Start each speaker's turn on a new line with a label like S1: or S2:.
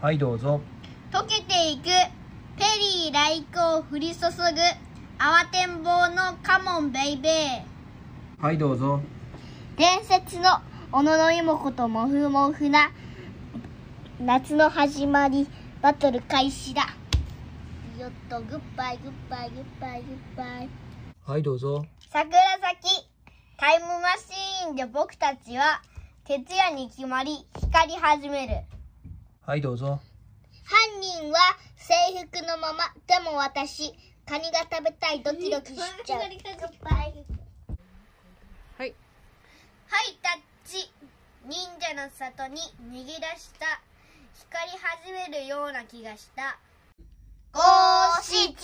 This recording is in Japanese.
S1: はいどうぞ
S2: 溶けていくペリー来航降り注ぐ慌てんぼうのカモンベイベー
S1: はいどうぞ
S3: 伝説の小野の妹子ともふもふな夏の始まりバトル開始だよっとグッバイグッバイグッバイグッバイ
S1: はいどうぞ
S3: 桜咲きタイムマシーンで僕たちは徹夜に決まり光り始める
S1: はいどうぞ
S3: 犯人は制服のままでも私カニが食べたいドキドキしちゃうはい
S4: はい
S3: タッチ忍者の里に逃げ出した光り始めるような気がした五七